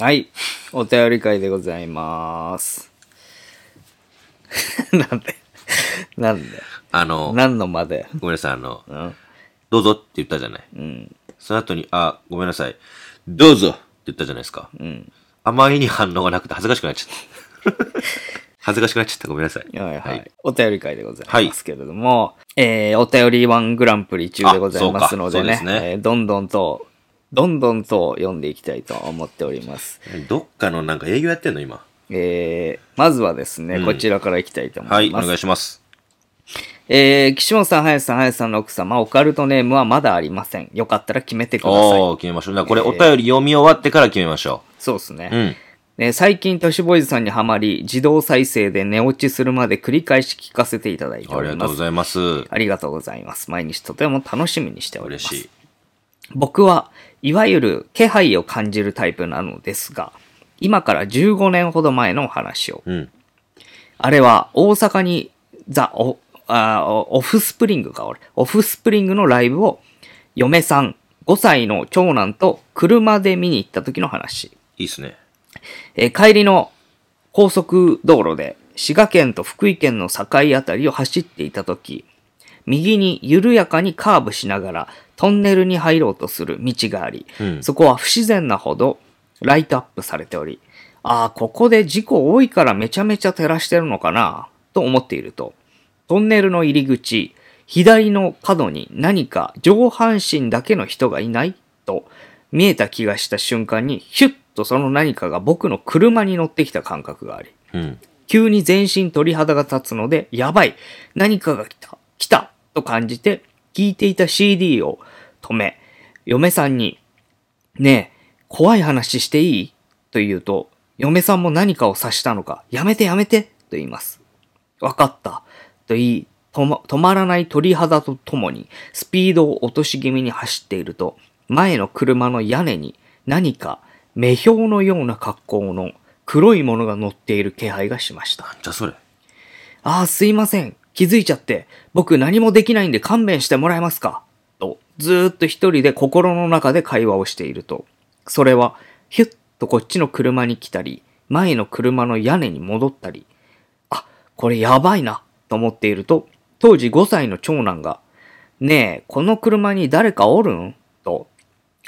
はい。お便り会でございます。 なんでなんであの、何のまでごめんなさい、あの、んどうぞって言ったじゃない。うん。その後に、あ、ごめんなさい、どうぞって言ったじゃないですか。うん。あまりに反応がなくて恥ずかしくなっち ゃった。恥ずかしくなっちゃった。ごめんなさい。はいはい。お便り会でござはいいますけれども、えー、お便りワングランプリ中でございますのでね、あそうかそうですねえーどんどんと、どんどんと読んでいきたいと思っております。どっかのなんか営業やってんの今。えー、まずはですね、うんこちらからいきたいと思はいい、おます。願いします。えー、岸本さん、林さん、林さんの奥様、オカルトネームはまだありません。よかったら決めてください。おー、決めましょう。じゃあこれえーお便り読み終わってから決めましょそうですね。う。うん。えー最近、トシボーイズさんにはまり、自動再生で寝落ちするまで繰り返し聞かせていただいてあおりがりとまうごす。ざいます。ありがとうございます。毎日とても楽しみにしております。嬉しい。僕はいわゆる気配を感じるタイプなのですが、今から15年ほど前のお話を。うん。あれは大阪にザ・オあオフスプリングか、俺。オフスプリングのライブを嫁さん、5歳の長男と車で見に行った時の話。いいっすね。えー帰りの高速道路で滋賀県と福井県の境あたりを走っていた時、右に緩やかにカーブしながらトンネルに入ろうとする道があり、うんそこは不自然なほどライトアップされており、ああ、ここで事故多いからめちゃめちゃ照らしてるのかな、と思っていると、トンネルの入り口、左の角に何か上半身だけの人がいないと見えた気がした瞬間に、ヒュッとその何かが僕の車に乗ってきた感覚があり、うん。急に全身鳥肌が立つので、やばい何かが来た来たと感じて、聴いていた CD を止め、嫁さんに、ねえ、怖い話していいと言うと、嫁さんも何かを察したのか、やめてやめてと言います。わかった。と言い、止ま止まらない鳥肌とともに、スピードを落とし気味に走っていると、前の車の屋根に何か目標のような格好の黒いものが乗っている気配がしました。じゃあそれ。ああ、すいません。気づいちゃって、僕何もできないんで勘弁してもらえますかと、ずーっと一人で心の中で会話をしていると、それは、ヒュッとこっちの車に来たり、前の車の屋根に戻ったり、あ、これやばいな、と思っていると、当時5歳の長男が、ねえ、この車に誰かおるんと、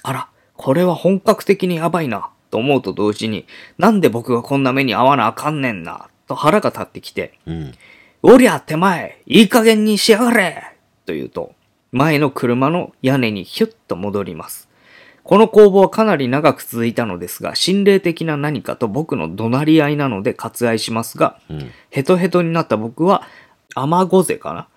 あら、これは本格的にやばいな、と思うと同時に、なんで僕がこんな目に遭わなあかんねんな、と腹が立ってきて、うん。おりゃ手前、いい加減にしやがれと言うと、前の車の屋根にヒュッと戻ります。この攻防はかなり長く続いたのですが、心霊的な何かと僕の怒鳴り合いなので割愛しますが、うん。ヘトヘトになった僕は、雨御瀬かな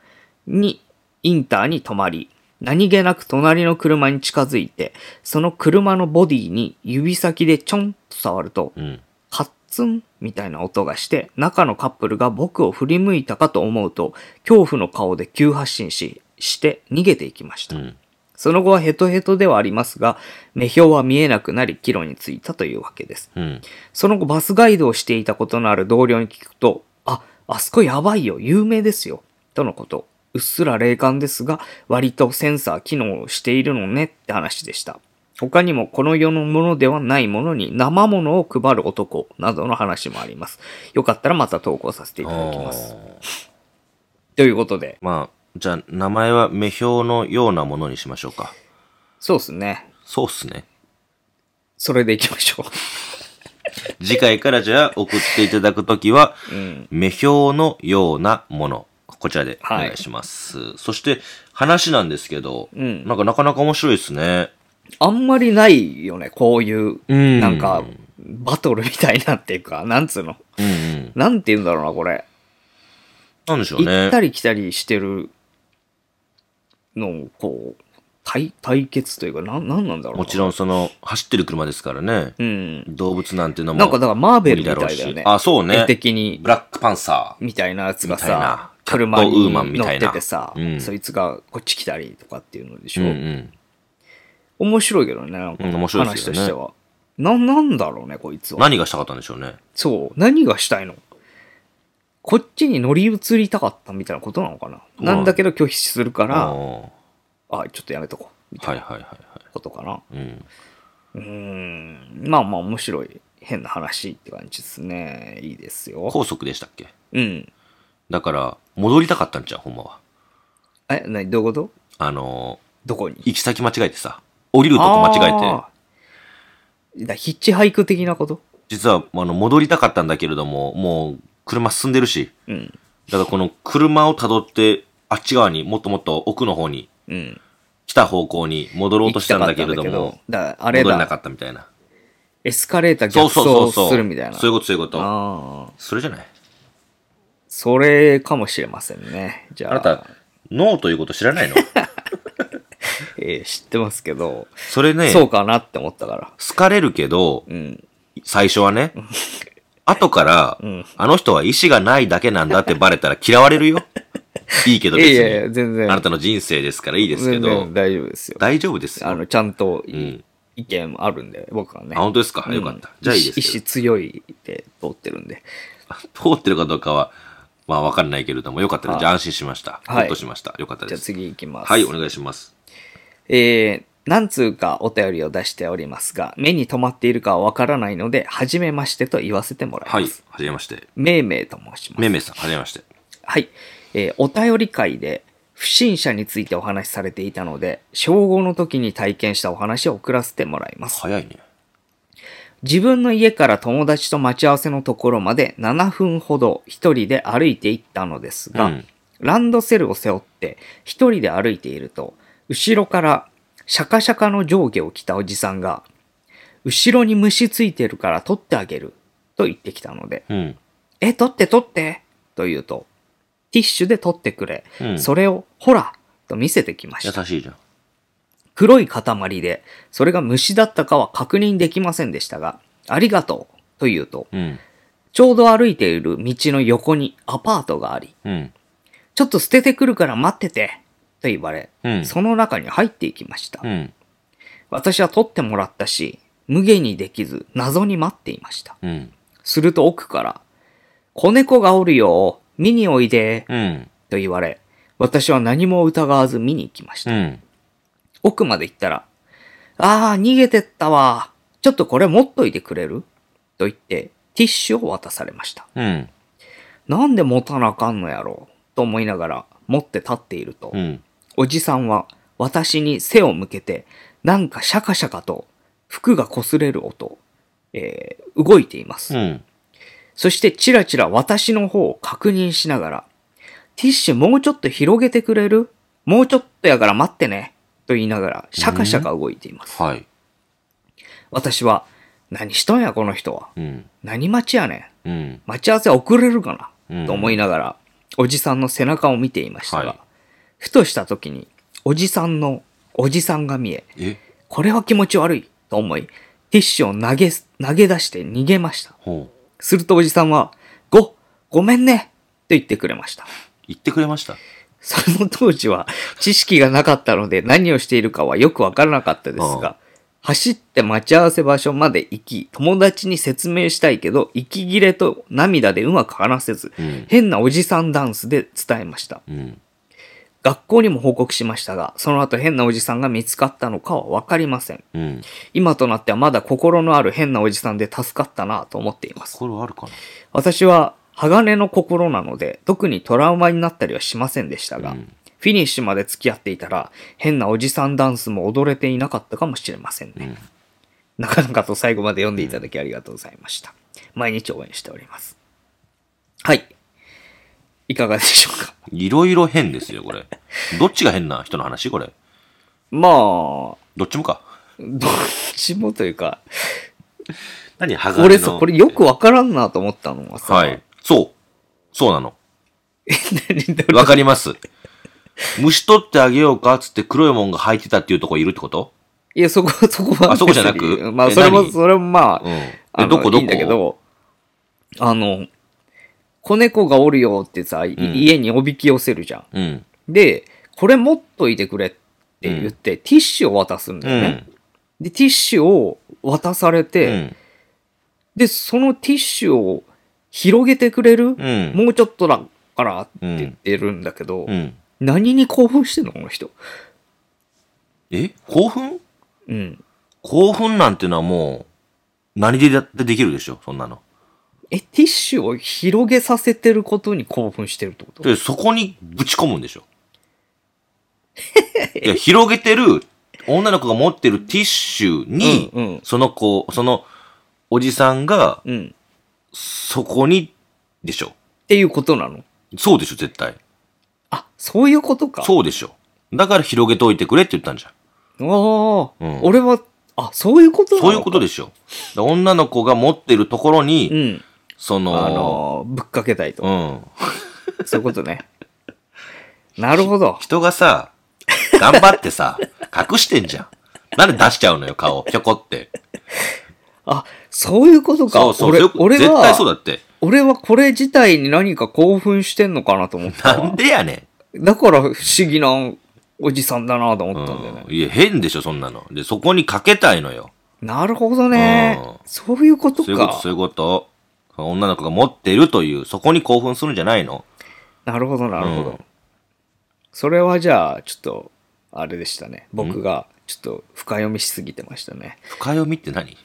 に、インターに止まり、何気なく隣の車に近づいて、その車のボディに指先でちょんと触ると、うん。カッツンみたいな音がして、中のカップルが僕を振り向いたかと思うと、恐怖の顔で急発進し、して逃げていきました。うん。その後はヘトヘトではありますが、目標は見えなくなり、帰路に着いたというわけです。うん。その後バスガイドをしていたことのある同僚に聞くと、あ、あそこやばいよ、有名ですよ、とのこと。うっすら霊感ですが、割とセンサー機能しているのねって話でした。他にもこの世のものではないものに生ものを配る男などの話もあります。よかったらまた投稿させていただきます。あーということで、まあ、じゃあ、名前は目標のようなものにしましょうか。そうですね。そうっすね。それでいきましょ次回からじゃあ、送っていただくときは、 う。うん。目標のようなもの。こちらでおはい願いします。そして、話なんですけど、うんなんかなかなか面白いですね。あんまりないよね、こういう、うんなんか、バトルみたいなっていうか、なんつうの。うんうん。なんて言うんだろうな、これ。なんでしょう行ねった。り来たりしてるのを、こう、対、対決というか、なん、なんなんだろうな。もちろん、その、走ってる車ですからね。うん。動物なんてのも。なんか、だから、マーベルみたい無だ理ろようしね。あ、そうね。絵的にブ、ラックパンサー。みたいなやつがみたいさな、車キャットにウーマンみ乗たっいなててさう、んそいつがこっち来たりとかっていうのでしうんうょ。ん。面白いけどね、なんかうん面白いで話すとよねしては。な、なんだろうね、こいつは。何がしたかったんでしょうね。そう。何がしたいのこっちに乗り移りたかったみたいなことなのかな。うんなんだけど拒否するかああら、ー。はあ、ちょっとやめとこう。みいたはいいなはいはことかな。い。うん。うーんまあまあ面白い変な話って感じですね。いいですよ。高速でしたっけうん。だから、戻りたかったんじゃん、ほんまは。え、なに、どういうことあのどこにー、行き先間違えてさ、降りるとこ間違えて、えて。だヒッチハイク的なこと実は、あの、戻りたかったんだけれども、もう、車進んでるし、うん。だからこの車を辿って、あっち側にもっともっと奥の方に、うん。来た方向に戻ろうとしたんだけれど行きも、たかったんだけどだあれ戻れなかだ、ったみたいな。エスカレーターそう逆そうそう走そう。するみたいな。そういううこと、そういうこと。ああ。それじゃないそれかもしれませんね。じゃあ、あなた、ノーということ知 らないのえー知ってますけど、それね、そうかなって思ったから。好かれるけど、うん。最初 はね、後から、んあの人は意志がないだけなんだってバレたら 嫌われるよ。いいけどいや別いやいや、に。全然。あなたの人生ですからいいですけ全ど然、大丈夫ですよ。大丈夫ですよ。あの、ちゃんとい、うん意見あるんで、僕はね。あ、本当ですかうんよかった。じゃあいいです意け志ど。強いで通ってるんで。通ってるかどうかは、まあわかんないけれども、よかったです。じゃあ安心しました。はいほっとしました。よかったじでゃあす。次行きます。はい、お願いします。えー、何通かお便りを出しておりますが、目に留まっているかはわからないので、はじめましてと言わせてもらいはい、まはす。じめまして。めいめいと申します。めめさん、はじめまして。はい。えーお便り会で、不審者についてお話しされていたので、小5の時に体験したお話を送らせてもらいます。早いね。自分の家から友達と待ち合わせのところまで7分ほど一人で歩いていったのですが、うんランドセルを背負って一人で歩いていると、後ろからシャカシャカの上下を着たおじさんが、後ろに虫ついてるから取ってあげると言ってきたので、うん。え、取って取ってと言うと、ティッシュで取ってくれ、うんそれをほらと見せてきました。優しいじゃん。黒い塊で、それが虫だったかは確認できませんでしたが、ありがとうと言うと、うん。ちょうど歩いている道の横にアパートがあり、うん。ちょっと捨ててくるから待っててと言われ、うんその中に入っていきました。うん。私は取ってもらったし、無限にできず謎に待っていました。うん。すると奥から、子猫がおるよ、見においで、うん。と言われ、私は何も疑わず見に行きましたう。ん。奥まで行ったら、ああ、逃げてったわ。ちょっとこれ持っといてくれると言って、ティッシュを渡されました。うん。なんで持たなあかんのやろうと思いながら持って立っていると、うん。おじさんは私に背を向けて、なんかシャカシャカと服が擦れる音、えー動いています。うん。そしてチラチラ私の方を確認しながら、ティッシュもうちょっと広げてくれるもうちょっとやから待ってね。と言いながら、シャカシャカ動いています。はい。私は、何しとんや、この人は。うん。何待ちやねん。うん。待ち合わせ遅れるかな、うんと思いながら、おじさんの背中を見ていましたが、はいふとした時に、おじさんの、おじさんが見え、えこれは気持ち悪い、と思い、ティッシュを投げ、投げ出して逃げました。ほう。するとおじさんは、ご、ごめんね、と言ってくれました。言ってくれましたその当時は知識がなかったので何をしているかはよくわからなかったですうんが、走って待ち合わせ場所まで行き、友達に説明したいけど、息切れと涙でうまく話せず、うん変なおじさんダンスで伝えました。うん。学校にも報告しましたが、その後変なおじさんが見つかったのかはわかりません。うん。今となってはまだ心のある変なおじさんで助かったなと思っています。これはあるか私は鋼の心なので、特にトラウマになったりはしませんでしたが、うんフィニッシュまで付き合っていたら、変なおじさんダンスも踊れていなかったかもしれませんなね。なかなかと最後まで読んでいただきありがとうございました。毎日応援しております。はい。いかがでしょうか。うん。いろいろ変ですよ、これ。どっちが変な人の話これ。まあ、どっちもか。どっちもというか、何はが俺さ、これよくわからんなと思ったのはさ、はい。そう。そ うなの。何どれわかります。虫取ってあげようかっつって黒いもんが入ってたっていうとこいるってこといや、そこ、 そこは別に。あそこじゃなくまあ、えそれも、何それもまあ、うん。えあのどこどこいいんだけど、あの、子猫がおるよってさ、いん家におびき寄せるじゃん。うん。で、これ持っといてくれって言って、ティッシュを渡すんうだよね。ん。で、ティッシュを渡されうて、ん。で、そのティッシュを広げてくれる、うん。もうちょっとだからって言ってるんだけど、うん。何に興奮してんのこの人。え興奮うん。興奮なんてのはもう、何でだってできるでしょそんなの。え、ティッシュを広げさせてることに興奮してるってことで、そこにぶち込むんでしょ いや広げてる、女の子が持ってるティッシュに、うんうんその子、そのおじさんが、うん。そこに、でしょ。っていうことなのそうでしょ、絶対。あ、そういうことか。そうでしょ。だから広げておいてくれって言ったんじゃん。ああ、うん俺は、あ、そういうことなのそういうことでしょ。だ女の子が持ってるところに、うん。その、あのーぶっかけたいと。うん。そういうことね。なるほど。人がさ、頑張っ てさ、隠してんじゃん。なんで出しちゃうのよ、顔。ひょこって。あ、そういうことか。そうそう。俺よく俺絶対そうは、だって。俺はこれ自体に何か興奮してんのかなと思ったなんわ。でやねん。だから不思議なおじさんだなと思ったんだよね。うん、いや、変でしょ、そんなの。で、そこにかけたいのよ。なるほどねうん。そういうことそういうこと、か。そういうこと。その女の子が持ってるという、そこに興奮するんじゃないのなるほど、なるほうんど。それはじゃあ、ちょっと、あれでしたね。僕が、ちょっと深読みしすぎてましたね。深読みっ て何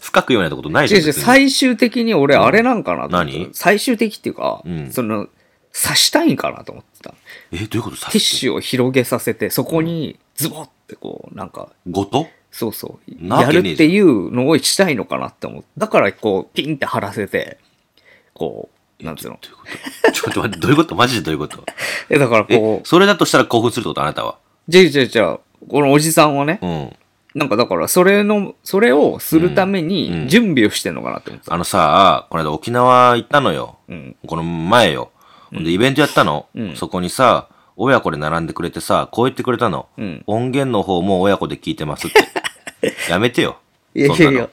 深く読めないってことないじ違うゃ違ん。う、別に最終的に俺、あれなんかなと思って何最終的っていうか、うんその、刺したいんかなと思ってた。え、どういうことさティッシュを広げさせて、そこにズボってこう、なんか、ごとそうそう、なわやけねえじゃんるっていうのをしたいのかなって思う。だから、こう、ピンって張らせて、こう、なんつうの。どういうことちょっと待って、どういうことマジでどうい うことえ、だからえこ、う、それだとしたら興奮するってことあなたは。じゃあじゃあじゃあこのおじさんはねう、ん。なんかだから、それの、それをするためうんうんに準備をしてんのかなって思ってた。あのさ、この間沖縄行ったのよ。うん。この前よ。で、イベントやったの。うんそこにさ、親子で並んでくれてさ、こう言ってくれたの。うん音源の方も親子で聞いてますって。 やめてよ。いやいそんやないのや、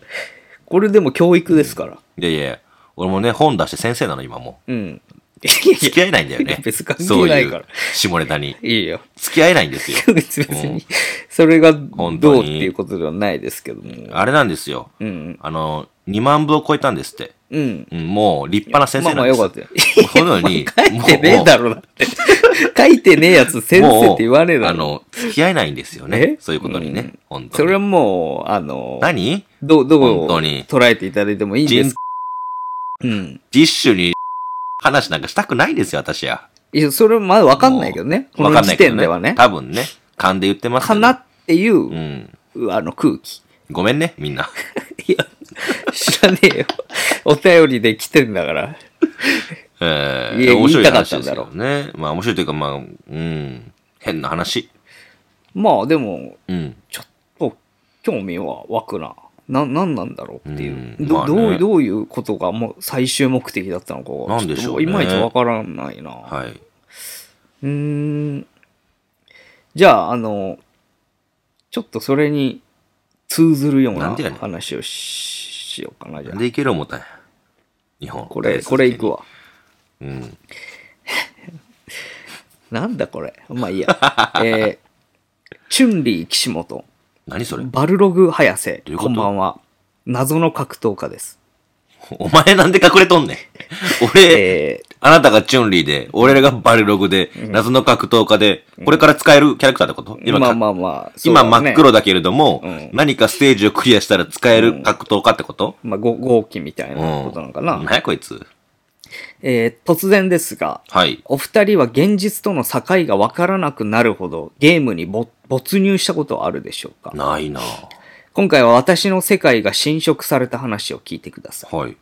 これでも教育ですから。いやいや、俺もね、本出して先生なの、今もうん。いやう。付き合えないんだよいやね。別に関係そうないいからう、下ネタに。いいよ。。付き合えないんですよ 別うにん、それがどうっ本て当にいうことではないですけども。あれなんですよ。うん。あの、2万部を超えたんですって。うん。うん、もう立派な先ま生あなまんあでよかす。ったよ。そのよ うに、書いてねえだろ、だって。書いてねえやつ先もう生って言わねえだあろ。の、付き合えないんですよねえ。そういうことにね。本当そに。れはもう、あの、何どう、どう本当に捉えていただいてもいいんジでンすうん。ディッシュに話なんかしたくないですよ、私は。いや、それはまだわかんないけどね。こわのかんな時いけど点ではね。多分ね。勘で言ってますけかどなっていうう、ん。あの、空気。 ごめんね、みんな。いや、知らねえよ。お便りで来てんだから。えーいや面白言いいたかっ話たでんすだろよね。まあ面白いというか、まあ、うん。変な話。まあ、でも、うん。ちょっと興味は湧くな。な、なんなんだろうっていう。うんど、まあねどういう、どういうことがもう最終目的だったのかがなんでしょうちっねといまいちわからないな。はい。うーん。じゃあ、あの、ちょっとそれに通ずるようななんでやねん話をししようかな、じゃなんあで。いける思ったんや。日本。これ、これいくわ。うん。 なんだこれ。まあいいや。えー、チュンリー岸本、何それ バルログ早瀬どうい、うこことんばんは。謎の格闘家です。お前なんで隠れとんね ん。俺、えー、あなたがチュンリーで、俺がバルログで、謎の格闘家で、これから使えるキャラクターってこと今、まあかまあまあ、そうだ今ね真っ黒だけれども、うん何かステージをクリアしたら使える格闘家ってことまあ、ご豪気みたいなうん。ことなのかな。何やこいつ。えー、突然ですが、はい。お二人は現実との境が分からなくなるほどゲームにぼ没入したことはあるでしょうかないな今回は私の世界が侵食された話を聞いてください。はい。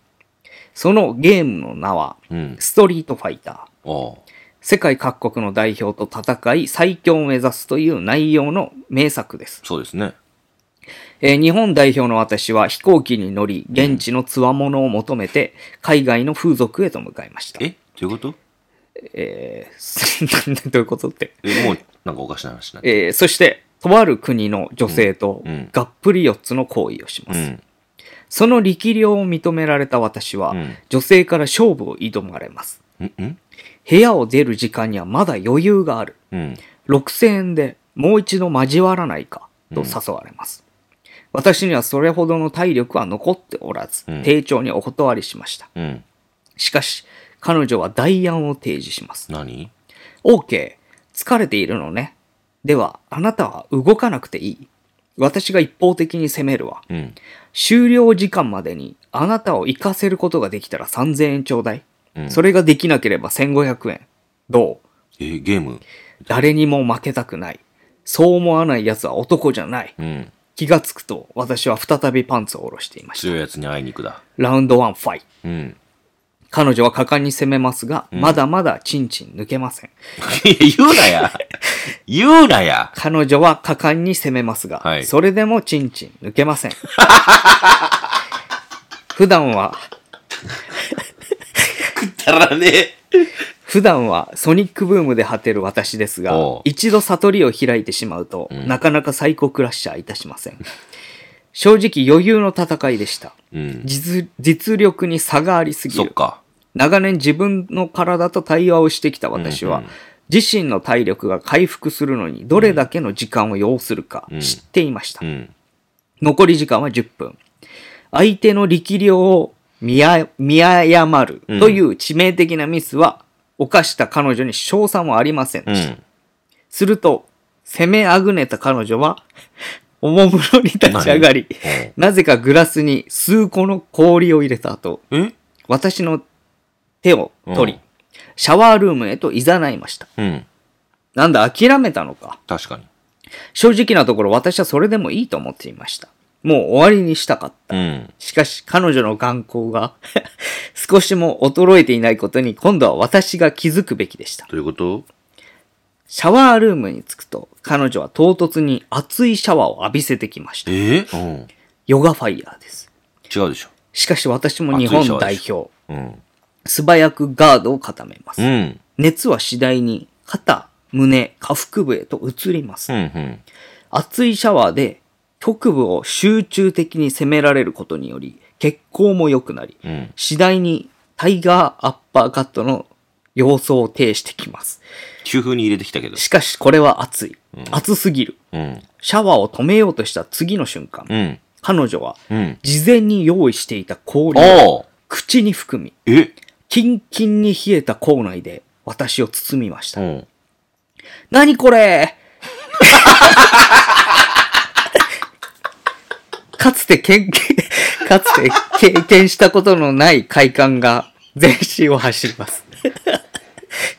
そのゲームの名は、うん。ストリートファイター。あ世界各国の代表と戦い最強を目指すという内容の名作です。そうですね。えー日本代表の私は飛行機に乗り、現地の強者を求めて、海外の風俗へと向かいました。えどういうことえー どういうことって。え、もう、なんかおかしな話になってえーそして、とある国の女性とうんうんがっぷり四つの行為をしまうす。ん。その力量を認められた私は、うん女性から勝負を挑まれます。うんうん部屋を出る時間にはまだ余裕がある。うん。 6000円でもう一度交わらないかと誘われます。私にはそれほどの体力は残っておらず、うん丁重にお断りしました。うん。しかし、彼女は代案を提示します。何 OK、疲れているのね。では、あなたは動かなくていい。私が一方的に責めるわ。うん。終了時間までにあなたを行かせることができたら3000円ちょうだい。うんそれができなければ1500円。どうえーゲーム誰にも負けたくない。そう思わない奴は男じゃない。うん。気がつくと私は再びパンツを下ろしていました。強いやつに会いに行くだ。ラウンド1ファイト。うん。 彼女は果敢に攻めますが、まだまだチンチン抜けません。いや言うな や。言うなや。彼女は果敢に攻めますが、はいそれでもチンチン抜け ません。普段は、たらね。普段はソニックブームで果てる私ですがおう、一度悟りを開いてしまうと、なかなかサイコクラッシャーいたしません。正直余裕の戦いでした。うん。実実力に差がありすぎそっる。か。長年自分の体と対話をしてきた私は、うんうん自身の体力が回復するのにどれだけの時間を要するかうん知っていました。うん。残り時間は10分。相手の力量を見あ見誤るという致命的なミスは、犯した彼女に賞賛はありませんうでした。ん。すると、攻めあぐねた彼女は、 おもむろに立ち上がり、なぜかグラスに数個の氷を入れた後、え私の手を取り、うんシャワールームへと誘いました。うん。なんだ、諦めたのか。確かに。正直なところ私はそれでもいいと思っていました。もう終わりにしたかった。うん。しかし彼女の眼光が 少しも衰えていないことに今度は私が気づくべきでした。どういうことシャワールームに着くと彼女は唐突に熱いシャワーを浴びせてきました。えうん。ヨガファイヤーです。違うでしょ。しかし私も日本代表、うん。素早くガードを固めます。うん。熱は次第に肩、胸、下腹部へと移ります。うん。うん。熱いシャワーで局部を集中的に攻められることにより血行も良くなり、うん。次第にタイガーアッパーカットの様相を呈してきます。急風に入れてきたけど。しかしこれは熱い。熱すぎる。うん。シャワーを止めようとした次の瞬間、うん。彼女はうん。事前に用意していた氷をおー口に含み、えキンキンに冷えた口内で私を包みました。うん。何これ かつて経験、かつて経験したことのない快感が全身を走ります。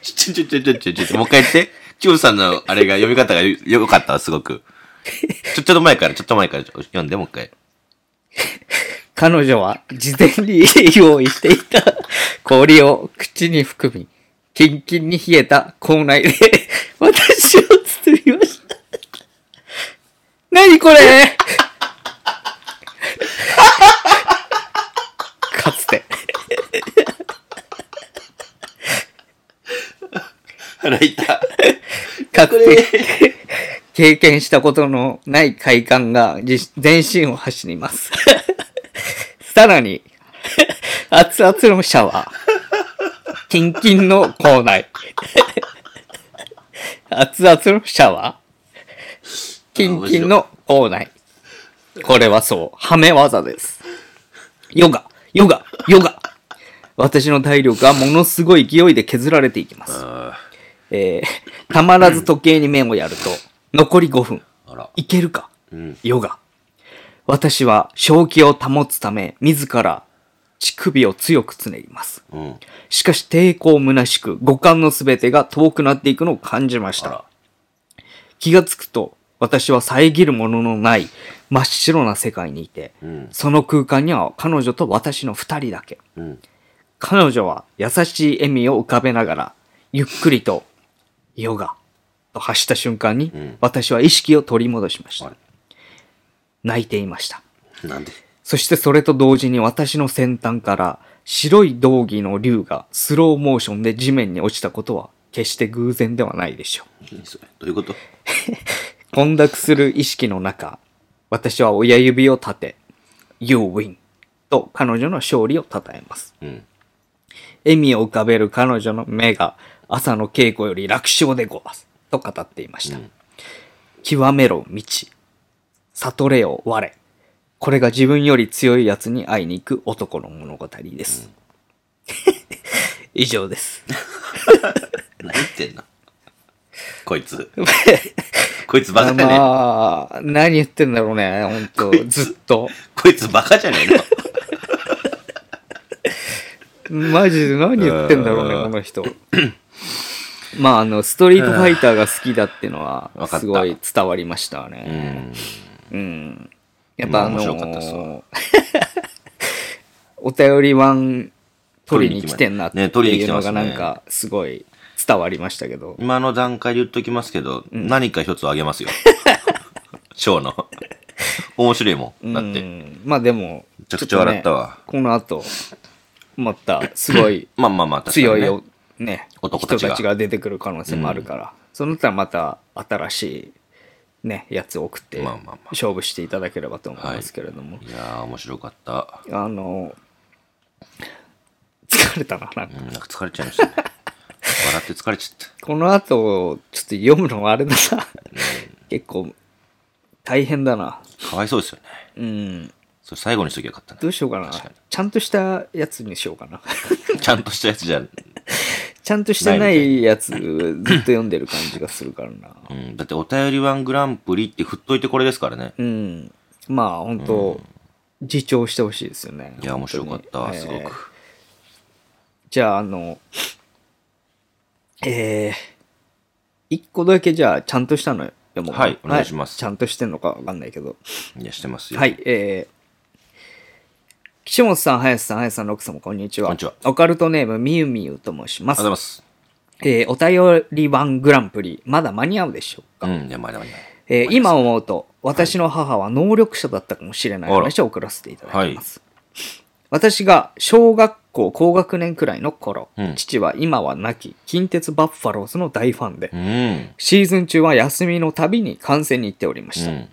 ちょ、ちょ、ちょ、ちょ、ちょ、ちょちょ、もう一回言って。チューさんのあれが読み方がよよかったわ、すごく。ちょ、ちょっと前から、ちょっと前から読んで、もう一回。彼女は事前に用意していた氷を口に含み、キンキンに冷えた口内で 私を包みました。何こ れかつて。腹痛。かつて経験したことのない快感がじ全身を走ります。 さらに、熱々のシャワー。キンキンの口内。熱々のシャワー。キンキンの口内。これはそう、はめ技です。ヨガ、ヨガ、ヨガ。私の体力はものすごい勢いで削られていきます。あえーたまらず時計に目をやると、残り5分。ーあら。いけるかうん。ヨガ。私は正気を保つため、自ら乳首を強くつねります。うん。しかし抵抗虚しく、五感のすべてが遠くなっていくのを感じましあたら。。気がつくと、私は遮るもののない真っ白な世界にいて、うん。その空間には彼女と私の二人だけ。うん。彼女は優しい笑みを浮かべながら、ゆっくりと、ヨガ、と発した瞬間に、うん私は意識を取り戻しましたあ。泣いていました。れなんでそしてそれと同時に私の先端から、白い道着の竜がスローモーションで地面に落ちたことは、決して偶然ではないでしょう。何それどういうこと混濁する意識の中、私は親指を立て、You win と彼女の勝利を称えます。うん。笑みを浮かべる彼女の目が朝の稽古より楽勝でごわす。と語っていました。極めろ道。悟れよ我。これが自分より強い奴に会いに行く男の物語です。 以上です。 何言ってんのこいつ。こいつバカじゃねえの。まあ、何言ってんだろうね、ほんと、ずっと。こいつバカじゃねえの。マジで何言ってんだろうね、うんこの人。まあ、あの、ストリートファイターが好きだってのはうんわ、かっすたごい伝わりましたうね。ん。うん。やっぱあの面白かったっすわ お便りワン取りに来てんなってね取りにいう来てのますがねなんか、すごい伝わりましたけど。今の段階で言っときますけど、何か一つあげ ますよ。ショーの。面白いもん。だっうて。んまあでも、めちゃくちゃ笑ったわちょとねこの後、また、すごいまあまあまあ、確かに強ねいよ、ね、男たち人がたちが出てくる可能性もあるから、そのなったらまた新しい、ね、やつを送って、まあまあまあ勝負していただければと思いますけれども、いやー、面白かった。あの、疲れたな、なんかうん、なんか疲れちゃいましたね。笑って疲れちゃっこの後、ちょっと読むのもあれだな。結構、大変だな。た。かわいそうですよね。うん。それ最後にしときゃよかったどね。うしようかな。確かにちゃんとしたやつにしようかな。 ちゃんとしたやつじゃん。ちゃんとしてないやつずっと読んでる感じがするからな。うん。だって、お便りワングランプリって振っといてこれですからね。うん。まあ本当、自重してほしいですよね。いや、面白かったわ、本当にすご。えーく。じゃああの、えー、一個だけじゃあちゃんとしたのでもはいお願いしますちゃんとしてんのかわかんないけど。いや、してますよ。はい、えー、岸本さん、林さん、林さんの奥様、こんにちは。こんにちはオカルトネーム、みゆみゆと申しまありがとうごすざい。ます。えーお便り1グランプリ、まだ間に合うでしょうかうん、いや、まだまだ。えー今思うと、私の母は能力者だったかもしれない話を送らせていただきます。私が小学校高学年くらいの頃、うん父は今は亡き近鉄バッファローズの大ファンで、うん。シーズン中は休みのたびに観戦に行っておりましうた、ん。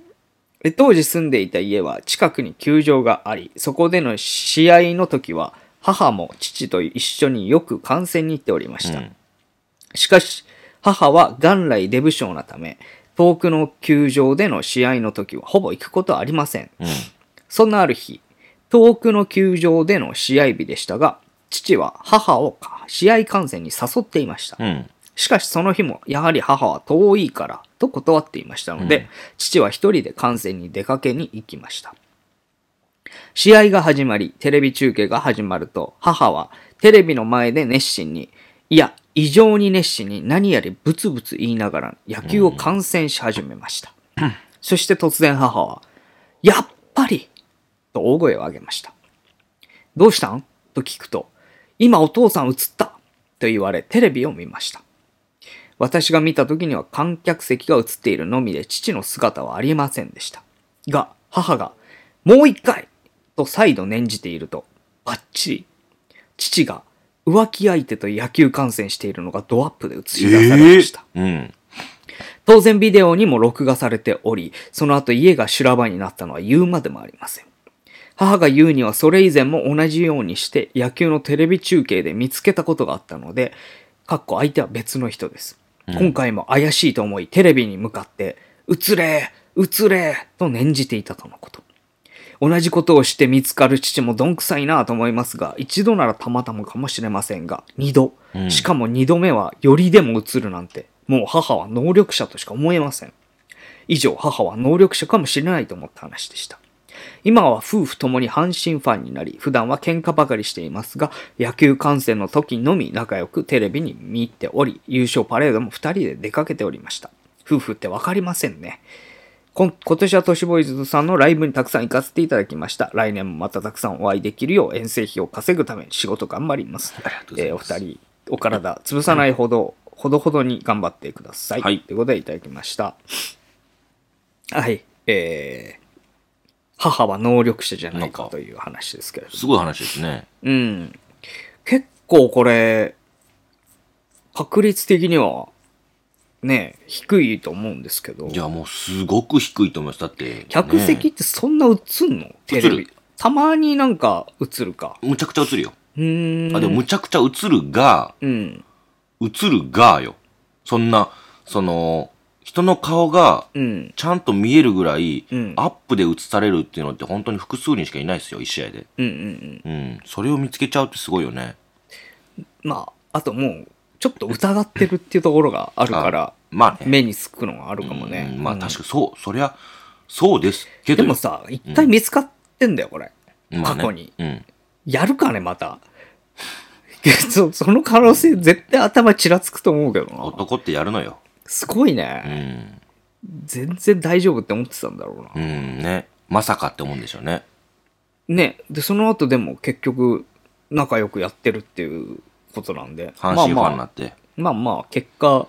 で当時住んでいた家は近くに球場があり、そこでの試合の時は母も父と一緒によく観戦に行っておりました。うんしかし、母は元来デブ症なため、遠くの球場での試合の時はほぼ行くことはありません。うん。そんなある日、遠くの球場での試合日でしたが、父は母を試合観戦に誘っていました。うん。しかしその日もやはり母は遠いからと断っていましたので、うん父は一人で観戦に出かけに行きました。試合が始まり、テレビ中継が始まると、母はテレビの前で熱心に、いや、異常に熱心に何やりブツブツ言いながら野球を観戦し始めました。そして突然母は、やっぱりと大声を上げました。どうしたんと聞くと、今お父さん映ったと言われテレビを見ました。私が見た時には観客席が映っているのみで父の姿はありませんでした。が、母が、もう一回と再度念じていると、バッチリ。父が浮気相手と野球観戦しているのがドアップで映し出されました。うん。当然ビデオにも録画されており、その後家が修羅場になったのは言うまでもありません。母が言うにはそれ以前も同じようにして野球のテレビ中継で見つけたことがあったので、かっこ相手は別の人です。今回も怪しいと思いテレビに向かって、映れ映れと念じていたとのこと。同じことをして見つかる父もどんくさいなぁと思いますが、一度ならたまたまかもしれませんが、二度う。んしかも二度目はよりでも映るなんて、もう母は能力者としか思えません。以上、母は能力者かもしれないと思った話でした。今は夫婦ともに阪神ファンになり、普段は喧嘩ばかりしていますが、野球観戦の時のみ仲良くテレビに見入っており、優勝パレードも二人で出かけておりました。夫婦ってわかりませんね。こん今年は都市ボーイズさんのライブにたくさん行かせていただきました。来年もまたたくさんお会いできるよう遠征費を稼ぐために仕事頑張ります。ありがとうございますえーお二人、お体潰さないほど、ほどほどに頑張ってください。はいということでいただきました。はい。えー、母は能力者じゃないなかんかという話ですけれども。すごい話ですね。うん。結構これ、確率的には、ね、低いと思うんですけど。いや、もうすごく低いと思います。だって。客席ねってそんな映んの、テレ映ビる。たまになんか映るか。むちゃくちゃ映るよ。うーん。あ、でもむちゃくちゃ映るが、うん。映るがよ。そんな、その、人の顔がうん。ちゃんと見えるぐらい、うんアップで映されるっていうのって本当に複数人しかいないですよ、一試合で。うんうんうん。うん。それを見つけちゃうってすごいよね。まあ、あともう、ちょっと疑ってるっていうところがあるから、まあね。目につくのがあるかもね。うんまあうん確かにそう、そりゃ、そうですけでど。もさ、一回見つかってんだよ、これ。まあ過ね去に。うん。やるかね、また。 そその可能性、絶対頭ちらつくと思うけどな。男ってやるのよ。すごいうね。ん。全然大丈夫って思ってたんだろうなう。んね。まさかって思うんでしょうね。ね、で、その後でも結局、仲良くやってるっていうことなんで。阪神フまァあンにまなあ、って。まあまあ、結果、ウ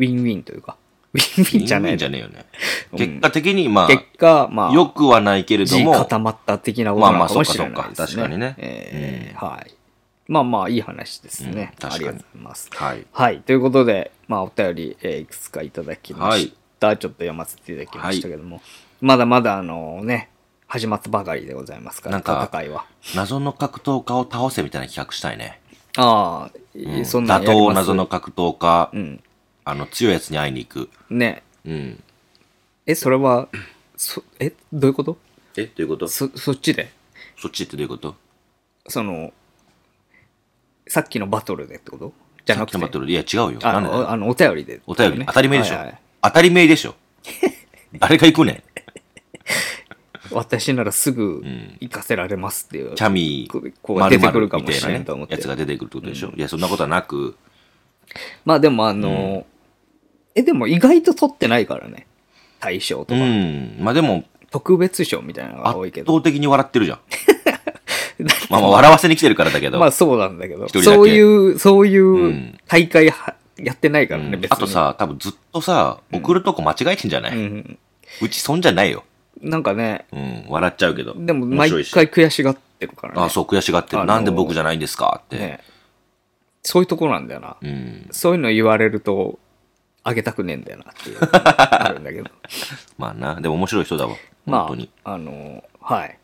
ィンウィンというか、 ウィンウィンじゃないいいんじゃね。ねえよね。うん結果的に、ま結あ、果、まあ、良くはないけれど地も、固まった的なことなのかもしれないですね。まあまあそっかそっか確かにねえーはい。まあまあ、いい話ですね。うん確かにありがとうございます。はい。はい。ということで、まあ、お便り、えーいくつかいただきました。ちょっと読ませていただきましたけども、まだまだ、あのね、始まったばかりでございますから、なんか戦いは。謎の格闘家を倒せみたいな企画したいね。ああ、うんそんな打んやりま倒す謎の格闘家う、ん。あの、強いやつに会いに行く。ね。うん。え、それは、そえ、どういうことえどういうことそそ、そっちでっちってどういうことその、さっきのバトルでってことじゃなくてさっきの。バトルいや、違うよ。あなんでだよの、あのお便りで。お便り、ね当たり前でしょ。はいはい当たり前 でしょ。誰が行くねん。私ならすぐん行かせられますっていう。キャミこうー、こう出てくるかもしれんと思ってやつが出てくるってことでしょ。いや、そんなことはなく、まあでもあの、え、でも意外と取ってないからね。大賞とうか、ん。まあでも、特別賞みたいなのが多い圧けど。倒的に笑って るじゃん。だまあまあ、笑わせに来てるからだけど。まあそうなんだけど。一人だけそういう、そういうんう大会はやってないからうね、ん別に。あとさ、多分ずっとさ、送るとこ間違えてんじゃなういん、うちそんじゃないよ。なんかね、うん。笑っちゃうけど。でも面毎白いし回悔しがってるからね。あ、そう、悔しがってある。のーなんで僕じゃないんですかって。ね。そういうところなんだよな。うん。そういうの言われると、あげたくねえんだよなっていうのがあるん だけど。まあな。でも面白い人だわ。まあ、本当に。あの、はい。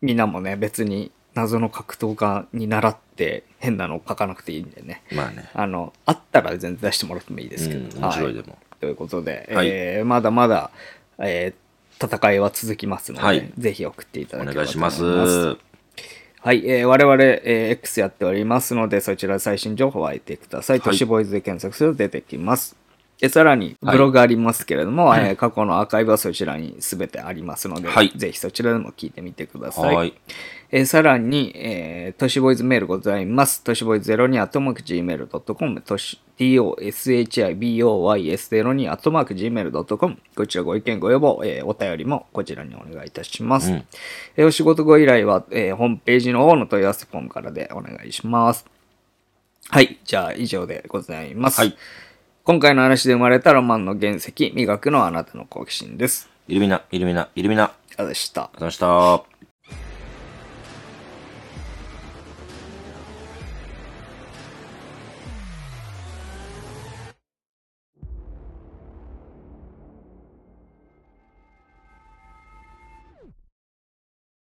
みんなもね、別に謎の格闘家に習って変なのを書かなくていいんでね。まあね。あの、あったら全然出してもらってもいいですけど。うん面白はいでもということで、はいえーまだまだ、えー戦いは続きますので、はいぜひ送っていたおだければと願いし思いまます。す。はい、えー我々、えー X やっておりますので、そちら最新情報を入ってください。はい都市ボーイズで検索すると出てきます。えさらに、ブログありますけれども、えー過去のアーカイブはそちらに全てありますので、はいぜひそちらでも聞いてみてください。はい。えーさらに、えー、都市ボーイズメールございます。都市ボーイズ0にアットマーク Gmail.com、都市 toshiboys0 にアットマーク Gmail.com、こちらご意見ご要望、えーお便りもこちらにお願いいたします。うんえーお仕事ご依頼は、えーホームページの方の問い合わせフォームからでお願いします。はい、じゃあ以上でございます。はい今回の話で生まれたロマンの原石、磨くのはあなたの好奇心です。イルミナ、イルミナ、イルミナ。ありがあとりがとうございました。うございました。